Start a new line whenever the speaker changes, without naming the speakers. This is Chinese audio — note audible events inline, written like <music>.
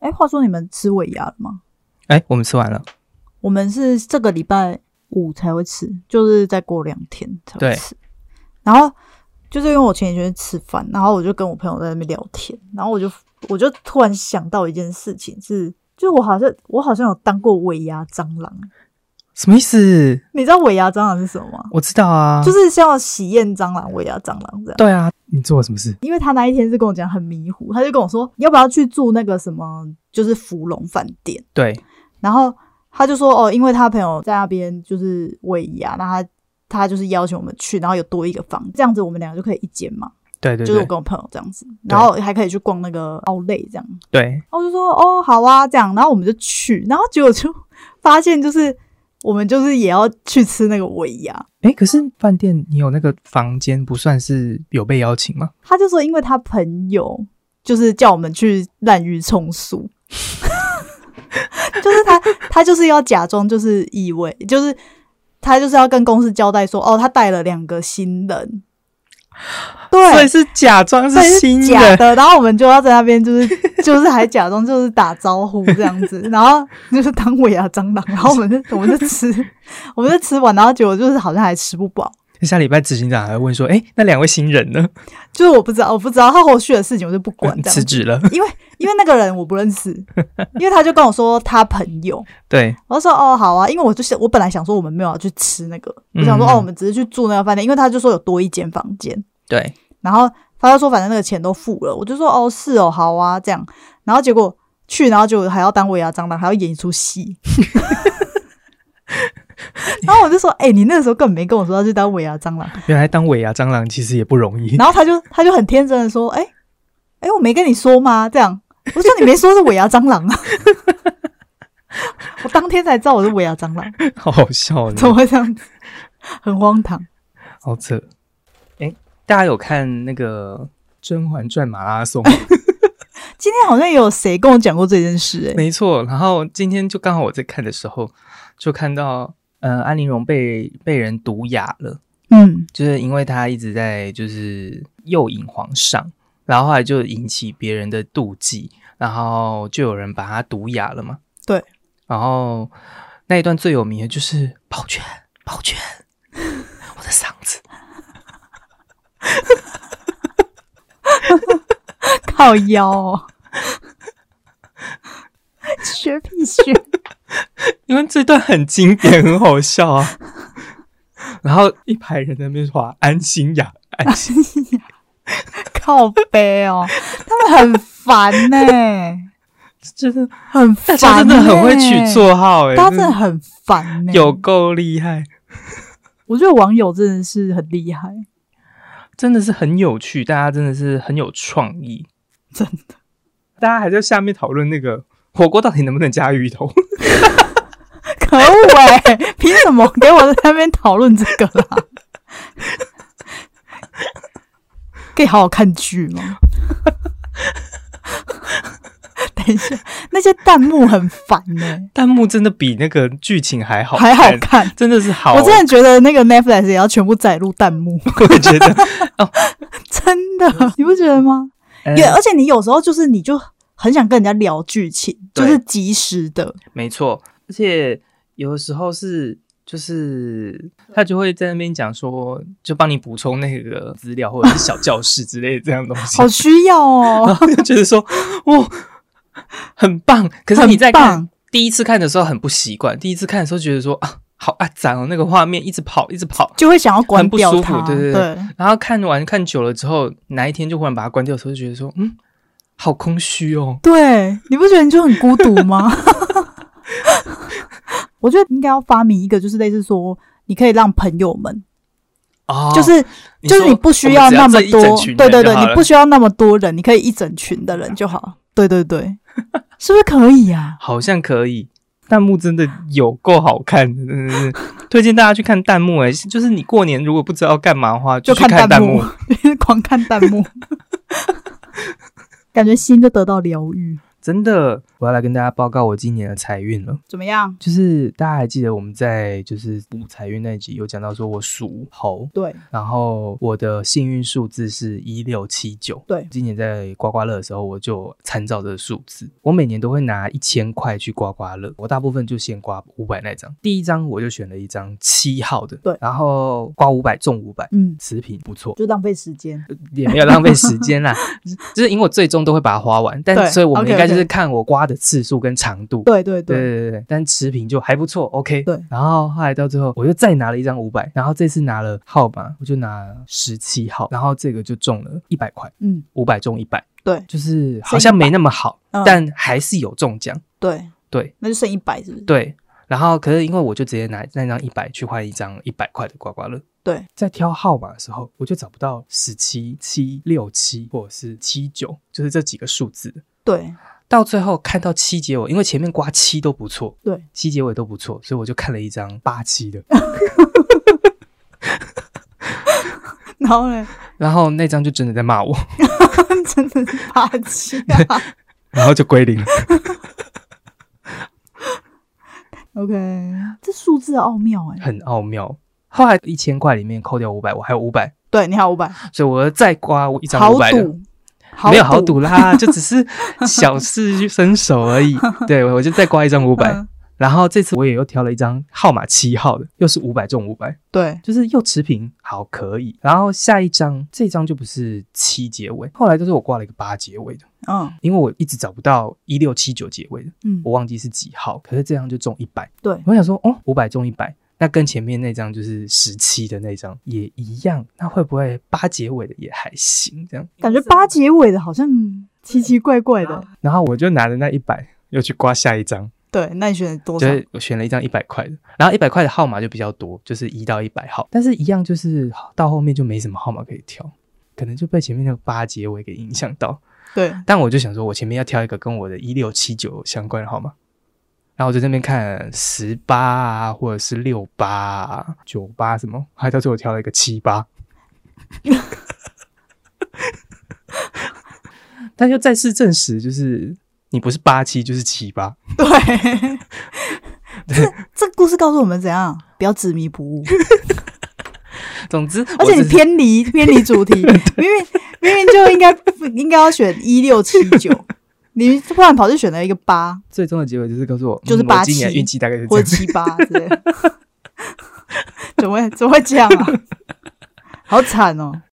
哎，话说你们吃尾牙了吗？
哎、我们吃完了，
我们是这个礼拜五才会吃，就是再过两天才会
对
吃。然后就是因为我前几天去吃饭，然后我就跟我朋友在那边聊天，然后我就我就突然想到一件事情是，就是我好像我好像有当过尾牙蟑螂，
什么意思？
你知道尾牙蟑螂是什么吗？
我知道啊，
<laughs> 就是像喜宴蟑螂、尾牙蟑螂这样。
对啊，你做了什么事？
因为他那一天是跟我讲很迷糊，他就跟我说你要不要去住那个什么，就是芙蓉饭店，
对，
然后他就说哦，因为他朋友在那边就是尾牙，那他他就是邀请我们去，然后有多一个房，这样子我们两个就可以一间嘛，
对对
就是我
对
跟我朋友这样子，然后还可以去逛那个奥莱这样，
对，
然后我就说哦好啊这样，然后我们就去，然后结果就发现就是我们就是也要去吃那个啊尾牙，
哎、可是饭店你有那个房间，不算是有被邀请吗？
他就说因为他朋友就是叫我们去滥竽充数。 <laughs> 就是他，他就是要假装，就是以为，就是他就是要跟公司交代说，哦，他带了两个新人，
所以
对，
是假装
所以
是新
假
人，
的，然后我们就要在那边，就是就是还假装就是打招呼这样子，然后就是当尾牙蟑螂，然后我们就我们就吃，我们就吃完，然后结果就是好像还吃不饱，
下礼拜执行长还会问说，哎、那两位新人呢？
就是我不知道，我不知道他后续的事情，我就不管这样
<laughs> 辞
子。
职了，
因为因为那个人我不认识，因为他就跟我说他朋友，
对，
我就说哦好啊，因为我就是我本来想说我们没有要去吃那个，我想说
嗯
哦我们只是去住那个饭店，因为他就说有多一间房间，
对，
然后他就说反正那个钱都付了，我就说哦是哦好啊这样，然后结果去然后就还要当尾牙蟑螂，还要演一出戏。然后我就说：“哎、你那个时候根本没跟我说要去当尾牙蟑螂。
原来当尾牙蟑螂其实也不容”易，
然后他就他就很天真的说：“哎、哎、我没跟你说吗？”这样，我说：“你没说是尾牙蟑螂啊。” <laughs> 我当天才知道我是尾牙蟑螂。
好 <laughs> 好笑呢
怎，么会这样子？很荒唐。
好扯。哎、大家有看那个《甄嬛传》马拉松吗？
今天好像也有谁跟我讲过这件事、欸，
没错，然后今天就刚好我在看的时候，就看到呃安陵容被被人毒哑了，
嗯，
就是因为她一直在就是诱引皇上，然后后来就引起别人的妒忌，然后就有人把她毒哑了嘛。
对，
然后那一段最有名的就是宝娟，宝娟，我的嗓子，
靠腰、哦， <laughs> 学屁学，
因为这段很经典，很好笑啊。然后一排人在那边说安心雅，安心
靠背哦，他们很烦呢、
真的
很
大
<laughs> 烦、欸
家真的很会取，绰号哎、
大家真
真
的
的
很烦欸呢、
有，够厉害，
我觉得网友真的是很厉害，
真的是很有趣，大家真的是很有创意，
<laughs> 真
的。大家还在下面讨论那个火锅到底能不能加芋头， <laughs>
可恶哎、凭什么给我在那边讨论这个
<laughs>
啦？可以好好看剧吗？等一下，那些弹幕很烦呢、
弹幕真的比那个剧情还好，
还好，看。
真的是好。哦
我真的觉得那个 Netflix 也要全部载入弹幕， <laughs>
<laughs> 我觉得，
真的，你不觉得吗？
嗯
也、而且你有时候就是你就很想跟人家聊剧情，就
对
是及时的，
没错，而且有的时候是。就是他就会在那边讲说，就帮你补充那个资料或者是小教室之类的这样的东西。
好需要哦
<laughs> 然，后就觉得说，哇，很棒。可是你在
很
看
棒
第一次看的时候很不习惯，第一次看的时候觉得说啊，好啊，赞哦，那个画面一直跑，一直跑。
就会想要关
很不
掉
舒服
它。
对对对
对，
然后看完看久了之后，哪一天就忽然把它关掉的时候，就觉得说，嗯，好空虚哦。
对，你不觉得你就很孤独吗？ <laughs> 我觉得应该要发明一个，就是类似说，你可以让朋友们，
哦，
就是就
说
是你不需
我们只
那么
这一
多
整群，人
对对
就
对，
好
你
了
不需要那么多人，你可以一整群的人就好。对对对，是不是可以啊？
好像可以。弹幕真的有够好看，真的是推荐大家去看弹幕哎、就是你过年如果不知道干嘛的话，
就
去看
弹
幕。，
<laughs> 狂看弹幕，感觉心就得到疗愈。
真的，我要来跟大家报告我今年的财运了。
怎么样？
就是大家还记得我们在就是补财运那集有讲到，说我属猴，
对，
然后我的幸运数字是一六七九。
对
今年在刮刮乐的时候，我就参照这个数字。我每年都会拿一千块去刮刮乐，我大部分就先刮五百那张。第一张我就选了一张七号的，
对
然后刮五百中五百，
嗯，
持平不错，
就浪费时间。
也没有浪费时间啦。 <laughs> 就是因为我最终都会把它花完，
对
但所以我们
OK，
应该就
OK
是看我刮的次数跟长度。
对对
对
对，
对对对，但持平就还不错，OK。
对
然后后来到最后，我又再拿了一张五百，然后这次拿了号码，我就拿十七号，然后这个就中了一百块，
嗯，
五百中一百，
对
就是好像没那么好，
嗯
但还是有中奖，
对
对，
那就剩一百，是不是？
对。然后可是因为我就直接拿那张一百去换一张一百块的刮刮乐，
对，
在挑号码的时候，我就找不到十七、七六七或者是七九，就是这几个数字。
对
到最后看到七结尾，因为前面刮七都不错，
对，
七结尾都不错，所以我就看了一张八七的，
<laughs> 然后呢，
然后那张就真的在骂我，
真的是霸气啊
然后就归零了。
！OK，这数字奥妙哎、
很奥妙。后来一千块里面扣掉五百，我还有五百，
对你还有五百，
所以我再刮一张
豪
五百的，
赌，
没有好赌啦，就只是小事去伸手而
<laughs>
已。对，我就再刮一张五
五
百，然后这次我也又挑了一张号码七号的，又是五百中五百，
对
就是又持平，好可以。然后下一张，这张就不是七结尾，后来就是我挂了一个八结尾的，
嗯
因为我一直找不到一六七九结尾的，
嗯
我忘记是几号，可是这张就中一百。
对
我想说，哦，五百中一百，那跟前面那张就是十七的那张也一样，那会不会八结尾的也还行？这样，
感觉八结尾的好像奇奇怪怪的。
然后我就拿着那一百又去刮下一张，
对，那你选的多
就
少？
是我选了一张一百块的，然后一百块的号码就比较多，就是一到一百号，但是一样就是到后面就没什么号码可以挑，可能就被前面那个八结尾给影响到。
对，
但我就想说，我前面要挑一个跟我的一六七九相关的号码，然后我就在那边看十八啊，或者是六八啊、九八什么，还到最后挑了一个七八， <laughs> 但又再次证实，就是你不是八七就是七八， <laughs>
对，这这故事告诉我们怎样不要执迷不悟，
总之，
而且
<laughs> 我
你
只是
偏离偏离主
<laughs>
题，明明明明就应该应该要选一六七
<laughs>
九，你突然跑去选了一个八
最终的结尾就是告诉我，
就是
嗯
八
我今年
七
运气大概是这
或者
样。
七八之 <laughs> 类的，怎么会怎么会这样啊？好惨哦！